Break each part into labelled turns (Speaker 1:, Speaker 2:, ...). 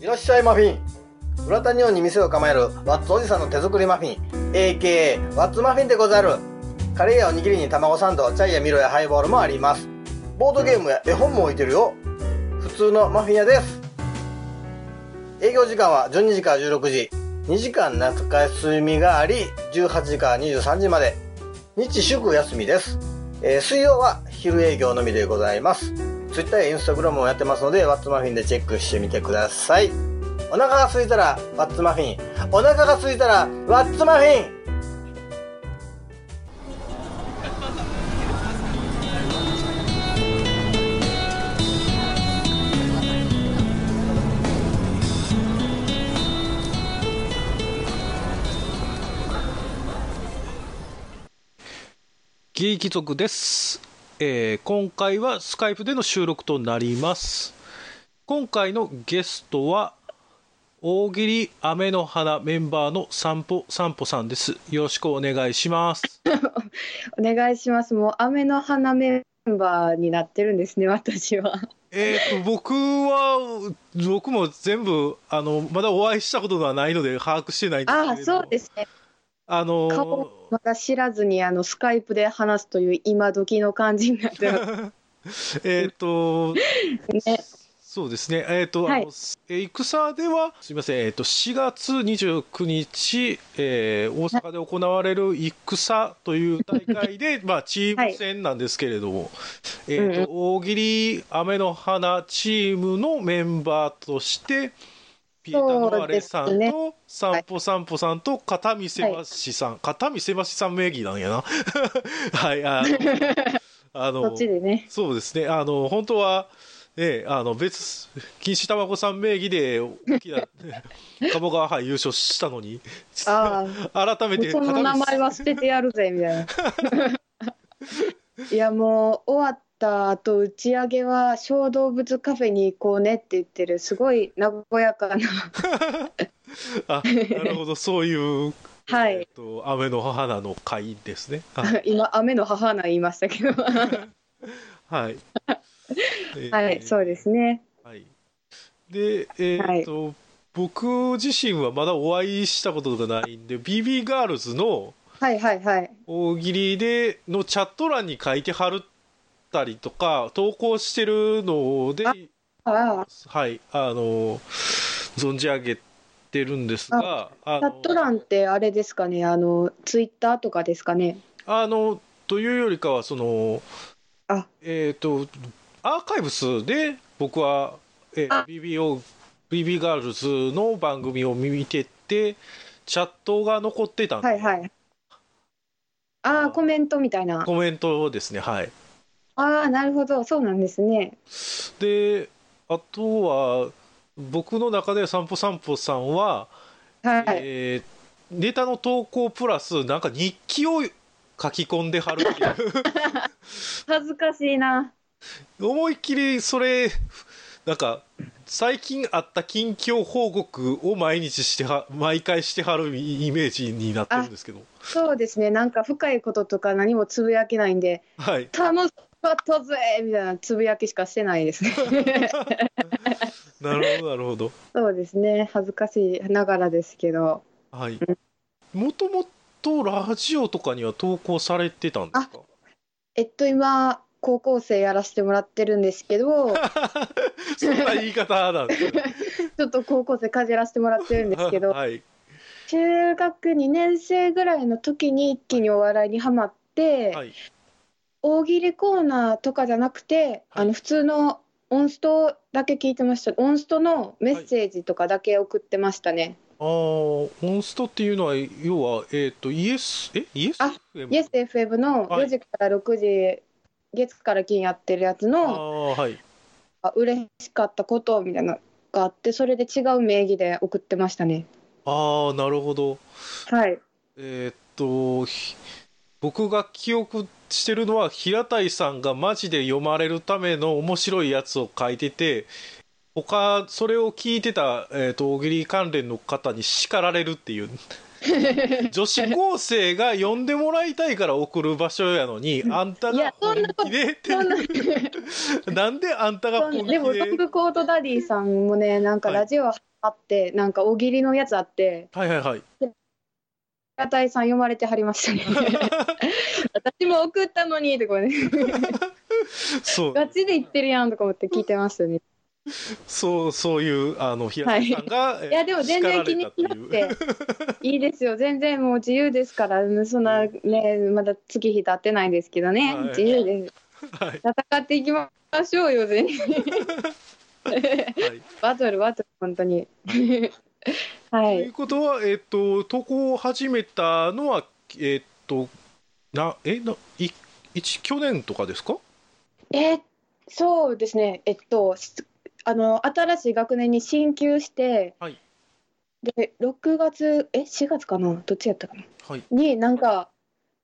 Speaker 1: いらっしゃいマフィン浦田日本に店を構えるワッツおじさんの手作りマフィン AKA ワッツマフィンでござるカレーやおにぎりに卵サンドチャイやミロやハイボールもありますボードゲームや絵本も置いてるよ普通のマフィン屋です営業時間は12時から16時2時間夏休みがあり18時から23時まで日祝休みです、えー水曜は昼営業のみでございます Twitter や Instagram もやってますのでワッツマフィンでチェックしてみてくださいお腹が空いたらワッツマフィンお腹が空いたらワッツマフィン
Speaker 2: ギー貴族です、えー今回はスカイプでの収録となります今回のゲストは大喜利雨の花メンバーの散歩散歩さんですよろしくお願いします
Speaker 3: お願いします。もう雨の花メンバーになってるんですね、私 は。
Speaker 2: えー、と僕は僕も全部あのまだお会いしたことがないので把握してないんですけれど
Speaker 3: ああ、そうですね。
Speaker 2: あの
Speaker 3: 顔まだ知らずにあのスカイプで話すという今時の感じになってま
Speaker 2: えっと
Speaker 3: すね。
Speaker 2: そうですね、えっと
Speaker 3: はい
Speaker 2: あのえー戦では、すみません、えっと4月29日、えー大阪で行われる戦という大会 で、まあ、チーム戦なんですけれども、えっと
Speaker 3: うん
Speaker 2: 大喜利、雨の花チームのメンバーとして、ピエタノアレさ
Speaker 3: そ
Speaker 2: ん
Speaker 3: うです
Speaker 2: と、散歩散歩さんと、片見せましさん、片見せましさん名義なんや な。はい、あ の、あの
Speaker 3: そっちでね。
Speaker 2: そうですね、あの本当は、ね、あの別、錦糸卵さん名義で大き な鴨川杯優勝したのに、
Speaker 3: あ
Speaker 2: 改めて
Speaker 3: あ、その名前は捨ててやるぜみたいな。 いや、もう終わった後打ち上げは小動物カフェに行こうねって言ってる。すごい和やかな。
Speaker 2: あなるほど、そういう、
Speaker 3: は
Speaker 2: えっ
Speaker 3: い。
Speaker 2: と、雨の花の会ですね。はい、
Speaker 3: 今雨の母な言いましたけど。
Speaker 2: はい、え
Speaker 3: は
Speaker 2: ー
Speaker 3: い、そうですね。
Speaker 2: はい、で、えっと、僕自身はまだお会いしたことがないんで、BB ガールズの、
Speaker 3: はいはいはい。
Speaker 2: 大喜利でのチャット欄に書いてはるったりとか投稿してるので
Speaker 3: あああ、
Speaker 2: はいあの存じ上げてるんですがあ
Speaker 3: チャット欄ってあれですかね、あの、ツイッターとかですかね。
Speaker 2: のあのというよりかはその
Speaker 3: あ
Speaker 2: えっ、とアーカイブスで僕は、えー
Speaker 3: あ
Speaker 2: BBO BB ガールズの番組を見ててチャットが残ってたんで、
Speaker 3: はいはい。ああ、コメントみたいな。
Speaker 2: コメントですねはい
Speaker 3: ああ、なるほど、そうなんですね。
Speaker 2: であとは僕の中で散歩散歩さんは、
Speaker 3: はい。
Speaker 2: えーネタの投稿プラスなんか日記を書き込んではるっていう
Speaker 3: 恥ずかしいな。
Speaker 2: 思いっきりそれなんか最近あった近況報告を毎日しては毎回してはるイメージになってるんですけど
Speaker 3: そうですね、なんか深いこととか何もつぶやけないんで、
Speaker 2: はい
Speaker 3: 楽しかったぜみたいなつぶやきしかしてないですね。
Speaker 2: なるほどなるほど
Speaker 3: そうですね、恥ずかしいながらですけど。
Speaker 2: はいもともとラジオとかには投稿されてたんですか
Speaker 3: えっと、今、高校生やらせてもらってるんですけど、
Speaker 2: そんな言い方なんですね
Speaker 3: ちょっと高校生かじらせてもらってるん ですけど、
Speaker 2: はい。
Speaker 3: 中学2年生ぐらいの時に一気にお笑いにはまって、
Speaker 2: はい。
Speaker 3: 大喜利コーナーとかじゃなくて、
Speaker 2: はい
Speaker 3: あの普通のオンストだけ聞いてましたオンストのメッセージとかだけ送ってましたね、
Speaker 2: ああ、オンストっていうのは、要は、えっ、と、イエス、え、イエス
Speaker 3: あ
Speaker 2: FM?
Speaker 3: イエス FM の
Speaker 2: はい
Speaker 3: 4時から6時、月から金やってるやつ
Speaker 2: あ
Speaker 3: の
Speaker 2: あ、はい。
Speaker 3: あ嬉しかったことみたいなのがあってそれで違う名義で送ってましたね
Speaker 2: ああ、なるほど。
Speaker 3: はい
Speaker 2: えっ、と、ひ僕が記憶してるのは、平たいさんがマジで読まれるための面白いやつを書いてて、 他、それを聞いてた、えっ、と、大喜利関連の方に叱られるっていう。女子高生が呼んでもらいたいから送る場所やのに、あんた
Speaker 3: い
Speaker 2: が
Speaker 3: やそんなこと
Speaker 2: 本気でって
Speaker 3: そんな
Speaker 2: なんであんたが
Speaker 3: そ
Speaker 2: 本
Speaker 3: ん
Speaker 2: 気
Speaker 3: でもロン
Speaker 2: で。
Speaker 3: グコートダディさんもねなんか
Speaker 2: はい
Speaker 3: ラジオあって、なんか大喜利のやつあって
Speaker 2: はいはいはい。
Speaker 3: 平たいさん読まれてはりました ね私も送ったのにとかね
Speaker 2: そう、
Speaker 3: ガチで言ってるやんとか思って聞いてましたね
Speaker 2: そう、そういう、あの、平井さんが、えー
Speaker 3: いやでも全然気にしなくていいですよ全然もう自由ですからうんそんなねまだ月日経ってないんですけどね、
Speaker 2: はい
Speaker 3: 自由です
Speaker 2: はい、
Speaker 3: 戦っていきましょうよ全員
Speaker 2: はい。
Speaker 3: バトルバトル本 当には
Speaker 2: と
Speaker 3: い
Speaker 2: いうことは、えっと、投稿を始めたのは、えっと、な、え、な、い、一、去年とかですか
Speaker 3: えーそうですね、えっと、しあの新しい学年に進級して、
Speaker 2: はい
Speaker 3: で6月、え、4月かな、どっちやったかな、
Speaker 2: はい。
Speaker 3: になんか、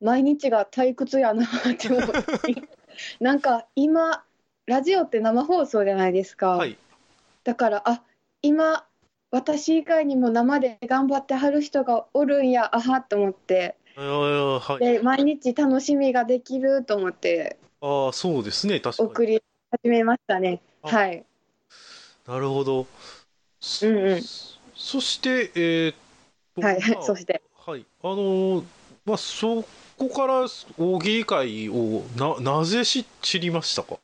Speaker 3: 毎日が退屈やなって思って、 なんか今、ラジオって生放送じゃないですか、
Speaker 2: はい。
Speaker 3: だから、あ今、私以外にも生で頑張ってはる人がおるんや、あはと思って、
Speaker 2: あーはい。
Speaker 3: で毎日楽しみができると思って、
Speaker 2: ああ、そうですね、確かに。
Speaker 3: 送り始めましたね。
Speaker 2: あ
Speaker 3: はい
Speaker 2: なるほど。そ
Speaker 3: うんうん
Speaker 2: そして、えーっと
Speaker 3: はい
Speaker 2: ま、あ
Speaker 3: そして、
Speaker 2: はい、あのーまあ、そこから大喜利会をななぜし知りましたか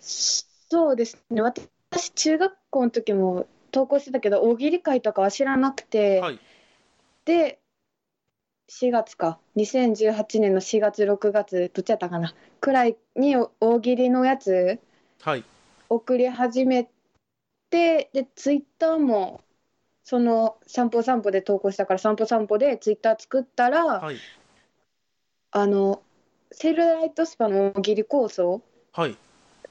Speaker 3: そうですね、私、中学校の時も投稿してたけど、大喜利会とかは知らなくて、
Speaker 2: はい、
Speaker 3: で、4月か、2018年の4月、6月、どっちやったかな、くらいに大喜利のやつ、
Speaker 2: はい、
Speaker 3: 送り始めて、で、ツイッターも、その、散歩散歩で投稿したから、散歩散歩でツイッター作ったら、
Speaker 2: はい、
Speaker 3: あの、セルライトスパの大喜利構想、
Speaker 2: はい、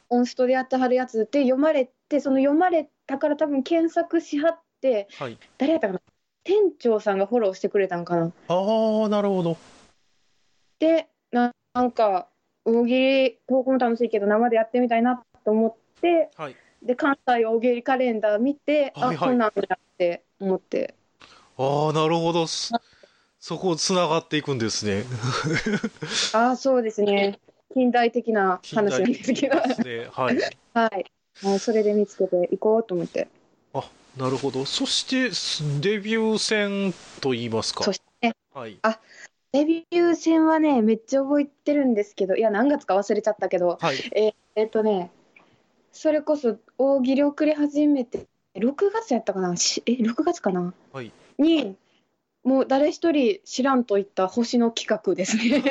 Speaker 3: オンストでやってはるやつで読まれてその読まれたから多分検索しはって
Speaker 2: はい。
Speaker 3: 誰やったかな店長さんがフォローしてくれたんかな
Speaker 2: ああ、なるほど。
Speaker 3: でななんか大喜利投稿も楽しいけど生でやってみたいなと思って
Speaker 2: はい。
Speaker 3: で関西大喜利カレンダー見て、
Speaker 2: はい
Speaker 3: あ
Speaker 2: はい
Speaker 3: こんなんやって思って
Speaker 2: ああ、なるほど。すそこをつながっていくんですね。
Speaker 3: ああそうですね近代的な話なんですけど
Speaker 2: ですね。はい。
Speaker 3: はいもうそれで見つけていこうと思って
Speaker 2: なるほど。そして、すデビュー戦と言いますか
Speaker 3: そ。して
Speaker 2: はい。
Speaker 3: デビュー戦はねめっちゃ覚えてるんですけどいや何月か忘れちゃったけど
Speaker 2: はい。
Speaker 3: えっとね、それこそ大喜利送り始めて、6月やったかな、しえ6月かな、
Speaker 2: はい
Speaker 3: に、もう誰一人知らんといった星の企画ですね。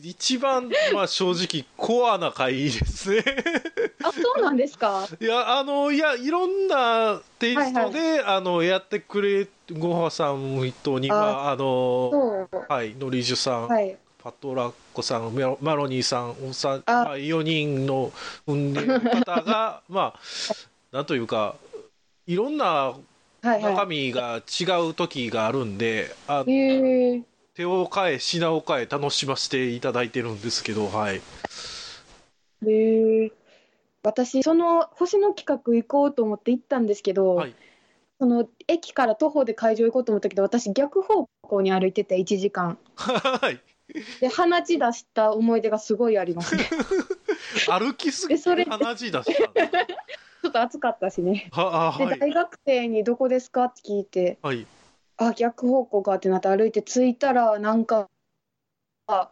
Speaker 2: 一番、まあ、正直、コアな会ですね。
Speaker 3: あそうなんですか、
Speaker 2: いやあのいやいろんなテイストで、あのやってくれごはさんも筆頭に
Speaker 3: あ
Speaker 2: まああの
Speaker 3: そう、
Speaker 2: はいのりじゅさん、
Speaker 3: はい、
Speaker 2: パトラッコさんメロマロニーさんおさん
Speaker 3: あ
Speaker 2: まあ、4人の運営の方が まあなんというかいろんな
Speaker 3: はい、
Speaker 2: 中
Speaker 3: は
Speaker 2: 身が違う時があるんで、あ
Speaker 3: い。へえ
Speaker 2: 手を変え品を変え楽しませていただいてるんですけどはい
Speaker 3: へえ私、その星の企画行こうと思って行ったんですけど、
Speaker 2: はい
Speaker 3: その駅から徒歩で会場行こうと思ったけど、私、逆方向に歩いてて、1時間。
Speaker 2: はい
Speaker 3: で、鼻血出した思い出がすごいありますね。
Speaker 2: 歩きすぎ
Speaker 3: えそ
Speaker 2: て
Speaker 3: れ
Speaker 2: 話出したんだ
Speaker 3: ちょっと暑かったしね。
Speaker 2: はあ
Speaker 3: で、
Speaker 2: はい
Speaker 3: 大学生に「どこですか?」って聞いて
Speaker 2: はい
Speaker 3: 「あ逆方向か」ってなって歩いて着いたらなんかあ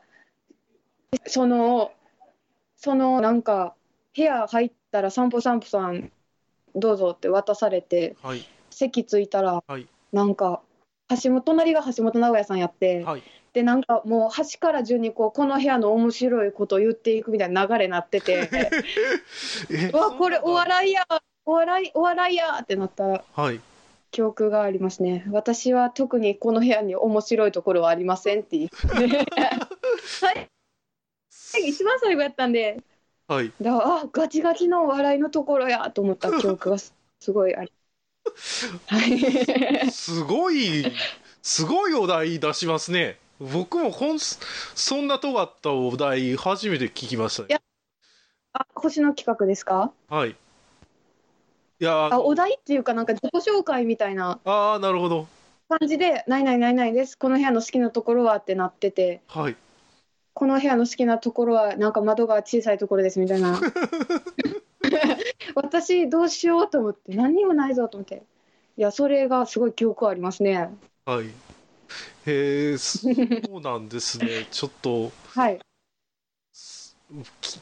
Speaker 3: そのそのなんか部屋入ったら「散歩散歩さんどうぞ」って渡されて
Speaker 2: はい
Speaker 3: 席着いたら、
Speaker 2: はい
Speaker 3: なんか橋本隣が橋本直哉さんやって、
Speaker 2: はい
Speaker 3: でなんかもう端から順にこうこの部屋の面白いことを言っていくみたいな流れになっ てて「
Speaker 2: え
Speaker 3: うわこれお笑いやお笑いお笑いや!」ってなった。
Speaker 2: はい。
Speaker 3: 記憶がありますね。私は特にこの部屋に面白いところはありませんっていう。はい。一番最後やったんで、
Speaker 2: はい。
Speaker 3: だからあガチガチの笑いのところやと思った記憶がすすごいあり はい。
Speaker 2: すごい、すごいお題出しますね。僕もこん、そんな尖ったお題初めて聞きました
Speaker 3: い
Speaker 2: ね
Speaker 3: や。あ星の企画ですか？
Speaker 2: はい。いや
Speaker 3: あ
Speaker 2: ー、
Speaker 3: お題っていうかなんか自己紹介みたいな
Speaker 2: あーなるほど。
Speaker 3: 感じで「ないないないないですこの部屋の好きなところは?」ってなってて
Speaker 2: はい
Speaker 3: 「この部屋の好きなところはなんか窓が小さいところです」みたい な私どうしようと思って何にもないぞと思っていやそれがすごい記憶ありますね
Speaker 2: はいへえそうなんですねちょっと
Speaker 3: はい
Speaker 2: き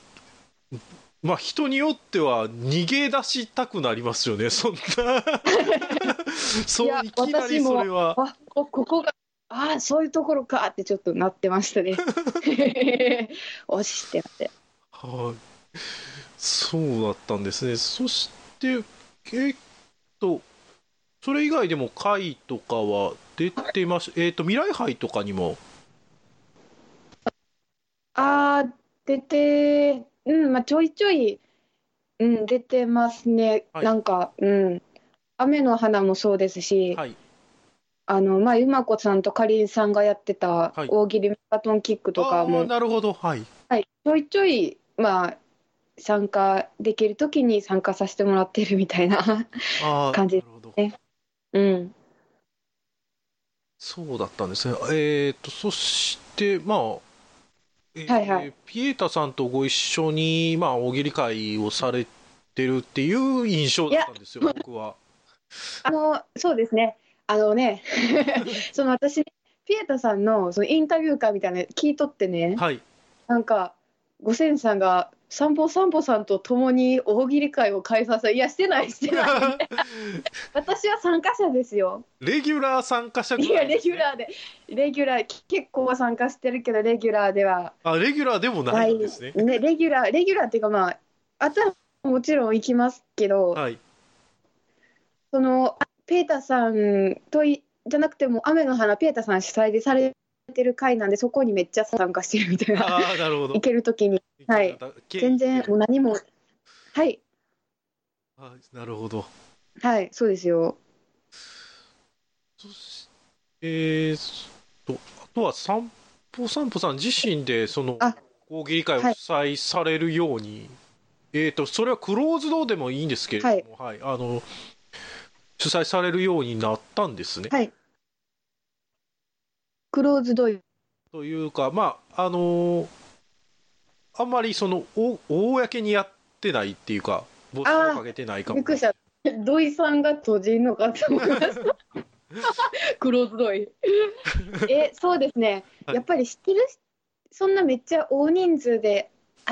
Speaker 2: まあ人によっては逃げ出したくなりますよねそんなそう
Speaker 3: い
Speaker 2: い
Speaker 3: や
Speaker 2: きなり
Speaker 3: 私も
Speaker 2: それは
Speaker 3: あこここがああそういうところかってちょっとなってまし たね押してなって
Speaker 2: はい、そうだったんですね。そして、えっと、それ以外でも会とかは出てまし、えっと、未来杯とかにも、
Speaker 3: あー出てうんまあちょいちょい、うん、出てますね、
Speaker 2: はい
Speaker 3: なんかうん雨の花もそうですし、
Speaker 2: はい、
Speaker 3: あのまあゆまこさんとかりんさんがやってた
Speaker 2: はい
Speaker 3: 大喜利マラトンキックとか
Speaker 2: あ
Speaker 3: も、
Speaker 2: あ、なるほど、はい。
Speaker 3: はい、ちょいちょいまあ参加できるときに参加させてもらってるみたいな
Speaker 2: ああ、な
Speaker 3: 感じ
Speaker 2: るほど。
Speaker 3: うん
Speaker 2: そうだったんですね。えっと、そして、まあ、えー
Speaker 3: はいはい
Speaker 2: ピエータさんとご一緒に、まあ、大喜利会をされてるっていう印象だったんですよ、僕は。
Speaker 3: あのそうですねあ のねその私ねピエタさんのそのインタビュー会みたいなの聞いとってね、
Speaker 2: はい。
Speaker 3: なんか五千さんが三歩三歩さんと共に大喜利会を開催さいやして ないし てない私は参加者ですよ
Speaker 2: レギュラー参加者ぐ
Speaker 3: い
Speaker 2: ら
Speaker 3: や
Speaker 2: いで
Speaker 3: レ
Speaker 2: す
Speaker 3: ギ
Speaker 2: ね
Speaker 3: ュラーでレギュラーき結構は参加してるけどレギュラーでは
Speaker 2: あ、レギュラーでもないんですね。
Speaker 3: ねレギュラーレギュラーっていうかまああとはもちろん行きますけど、
Speaker 2: はい。
Speaker 3: そのペータさんといじゃなくても雨の花ペータさん主催でされてる会なんでそこにめっちゃ参加してるみたいな
Speaker 2: ああ、なるほど
Speaker 3: 行。ける時にはい全然もう何もはい
Speaker 2: あなるほど。
Speaker 3: はいそうですよ
Speaker 2: そしえー、そと、あとは散歩散歩さん自身で、その
Speaker 3: あ、
Speaker 2: 講義会を
Speaker 3: はい
Speaker 2: 主催されるように、えっ、と、それはクローズドでもいいんですけれども、はい、あの、主催されるようになったんですね。
Speaker 3: はいクローズドイ
Speaker 2: というか、まあ、あのーあんまりその、お公にやってないっていうか、募集をかけてないか
Speaker 3: び
Speaker 2: も
Speaker 3: っ。くりした土井さんが閉じんのかと思いましたクローズド イえそうですね、
Speaker 2: はい
Speaker 3: やっぱり知ってる人そんなめっちゃ大人数で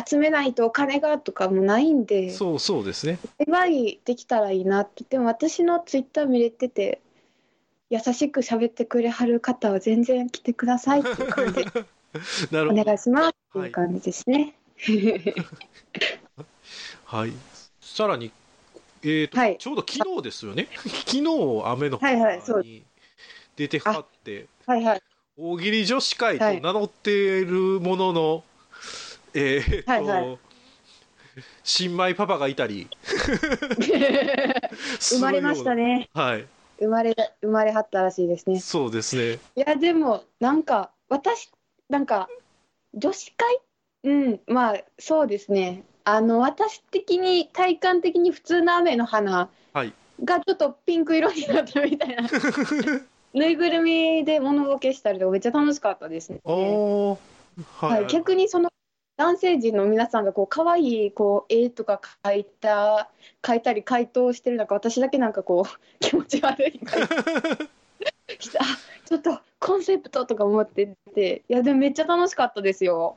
Speaker 3: 集めないとお金がとかもないんで
Speaker 2: そうそうですね。
Speaker 3: ワイできたらいいなってでも私のツイッター見れてて優しく喋ってくれはる方は全然来てくださいっていう 感じ
Speaker 2: なる
Speaker 3: お
Speaker 2: ほど。
Speaker 3: 願いしますっていう感じですね。
Speaker 2: はい、さらに、えーと
Speaker 3: はい
Speaker 2: ちょうど昨日ですよね、 昨日雨の
Speaker 3: はいはいそう
Speaker 2: に出てはって、
Speaker 3: はいはい
Speaker 2: 大喜利女子会と名乗っているものの、えーと、
Speaker 3: はいは
Speaker 2: 新米パパがいたり、
Speaker 3: 生まれました
Speaker 2: するよ
Speaker 3: ね
Speaker 2: うな。はい、
Speaker 3: 生まれ生まれはったらしいですね。
Speaker 2: そうですね。
Speaker 3: いやでもなんか私なんか女子会うんまあそうですねあの私的に体感的に普通の雨の花
Speaker 2: はい
Speaker 3: がちょっとピンク色になったみた いな、ぬいぐるみで物ボケしたりとかめっちゃ楽しかったですね。
Speaker 2: おー
Speaker 3: は、
Speaker 2: はい
Speaker 3: 逆にその男性陣の皆さんがこう可愛いこう絵とか描いた描いたり回答してる中私だけなんかこう 気持ち悪い 回答したあちょっとコンセプトとか思ってていやでもめっちゃ楽しかったですよ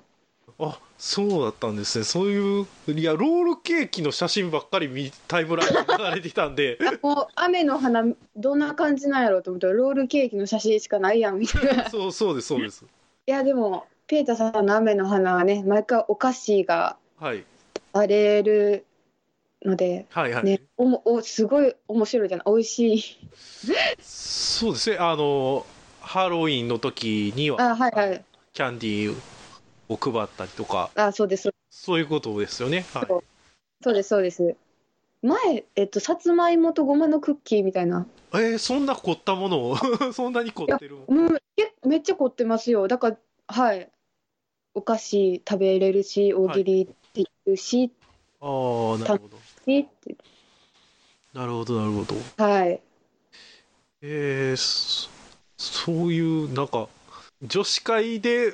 Speaker 2: あそうだったんですね、そういう、いや、ロールケーキの写真ばっかり見タイムラインに流れてきたん で。
Speaker 3: あもう雨の花どんな感じなんやろうと思ったらロールケーキの写真しかないやんみたいな い
Speaker 2: そうそうですそうです
Speaker 3: やでもペータさんの雨の花はね毎回お菓子が
Speaker 2: はい
Speaker 3: 荒れるので
Speaker 2: はいはい、
Speaker 3: ねおもおすごい面白いじゃない美味しい
Speaker 2: そうですねあのハロウィンの時には
Speaker 3: あはいはい
Speaker 2: キャンディーを配ったりとか
Speaker 3: あそうです
Speaker 2: そういうことですよねはい
Speaker 3: そうそうですそうです前えっとさつまいもとごまのクッキーみたいな
Speaker 2: えー、そんな凝ったものを そんなに凝ってるもの
Speaker 3: うんけめっちゃ凝ってますよだからはいお菓子食べれるし大喜利できるし、
Speaker 2: ああなるほど
Speaker 3: しって
Speaker 2: なるほどなるほど
Speaker 3: はい
Speaker 2: えー、そそういうなんか女子会で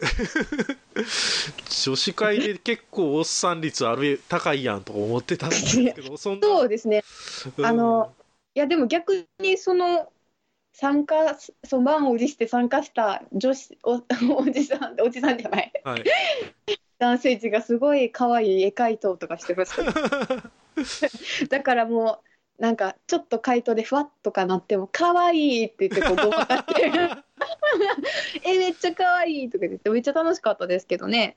Speaker 2: 女子会で結構おっさん率ある高いやんとか思ってたんですけどそんな
Speaker 3: そうですね
Speaker 2: うん
Speaker 3: あのいやでも逆にその参加その満を持して参加した女子お おじさんおじさんじゃない
Speaker 2: はい、
Speaker 3: 男性陣がすごい可愛い絵描いととかしてましただからもうなんかちょっと回答でふわっとかなっても可愛いって言ってこうごまかしてえめっちゃ可愛いとか言ってめっちゃ楽しかったですけどね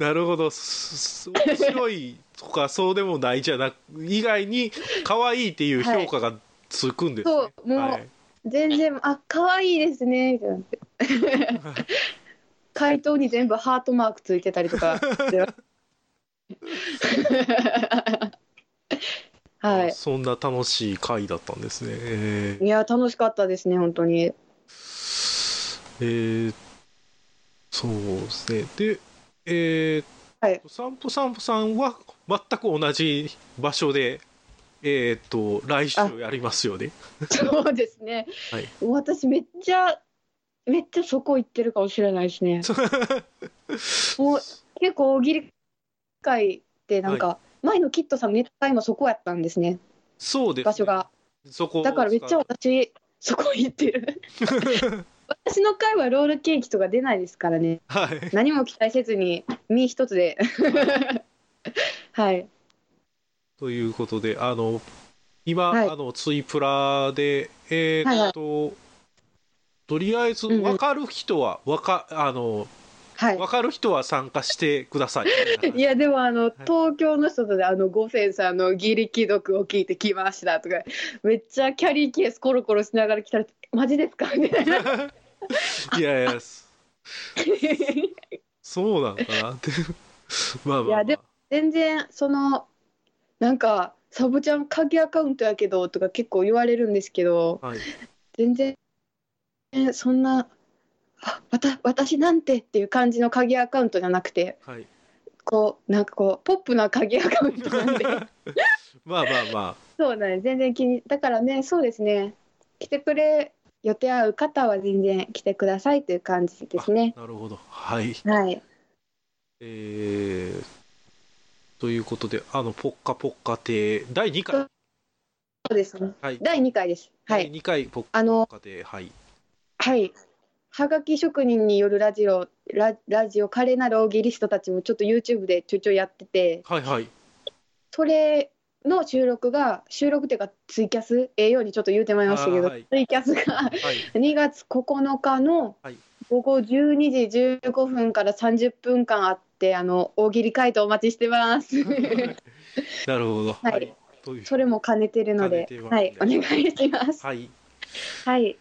Speaker 2: なるほどすす面白いとかそうでもないじゃなく以外に可愛いっていう評価がつくんですね、
Speaker 3: そうもう
Speaker 2: はい
Speaker 3: 全然あ可愛いですねみたいなって回答に全部ハートマークついてたりとか してます はい
Speaker 2: そんな楽しい回だったんですね。えー
Speaker 3: いや楽しかったですね本当に
Speaker 2: えーそうですね。で、えー
Speaker 3: はい
Speaker 2: 散歩散歩さんは全く同じ場所で、えっ、と、来週やりますよね。
Speaker 3: そうですね、
Speaker 2: はい
Speaker 3: もう私めっちゃめっちゃそこ行ってるかもしれないですねもう結構大喜利会ってなんか、前のキットさんのネタ会もそこやったんですね
Speaker 2: そうです、ね。
Speaker 3: 場所が
Speaker 2: そこを
Speaker 3: だからめっちゃ私そこ行ってる私の会はロールケーキとか出ないですからね
Speaker 2: はい。
Speaker 3: 何も期待せずに身一つで はい
Speaker 2: ということで、あの、今、
Speaker 3: はい
Speaker 2: あの、ツイプラで、えっ、と、とりあえず、
Speaker 3: うんうん
Speaker 2: 分かる人は、わか、あの、
Speaker 3: はい
Speaker 2: 分かる人は参加してください。
Speaker 3: いやでもあの、東京の人とであの五千さんの義理既読を聞いてきましたとかめっちゃキャリーケースコロコロしながら来たらマジですかみたいな
Speaker 2: いやいや、そうなんかな って。まあまあ、まあ。
Speaker 3: いやでも全然そのなんかサブちゃん鍵アカウントやけどとか結構言われるんですけど
Speaker 2: はい、
Speaker 3: 全然えそんなあわた私なんてっていう感じの鍵アカウントじゃなくて
Speaker 2: はい。
Speaker 3: こうなんかこうポップな鍵アカウント なんで
Speaker 2: まあまあま
Speaker 3: そうなんです全然気にだからねそうですね来てくれ予定合う方は全然来てくださいという感じですね
Speaker 2: あ。なるほど。はい。
Speaker 3: はい
Speaker 2: えー、ということで、あの、ポッカポッカ亭、第2回。
Speaker 3: そうですね
Speaker 2: はい。
Speaker 3: 第2回ですは
Speaker 2: 第
Speaker 3: い
Speaker 2: 2回、ポッカ
Speaker 3: あの
Speaker 2: ポッカ亭、はい。
Speaker 3: はいはがき職人によるラジオララジオ華麗なる大喜利ストたちもちょっと YouTube でちょいちょいやってて
Speaker 2: はいはい。
Speaker 3: それの収録が収録っていうかツイキャスええようにちょっと言うてまいりましたけど、
Speaker 2: あーはい
Speaker 3: ツイキャスが
Speaker 2: はい。
Speaker 3: 2月9日の
Speaker 2: はい
Speaker 3: 午後12時15分から30分間あってあの大喜利回答お待ちしてます。
Speaker 2: なるほど。
Speaker 3: はい。
Speaker 2: という。
Speaker 3: それも兼ねてるので
Speaker 2: 兼ねてますね
Speaker 3: はい、お願いします。
Speaker 2: はい。
Speaker 3: はい、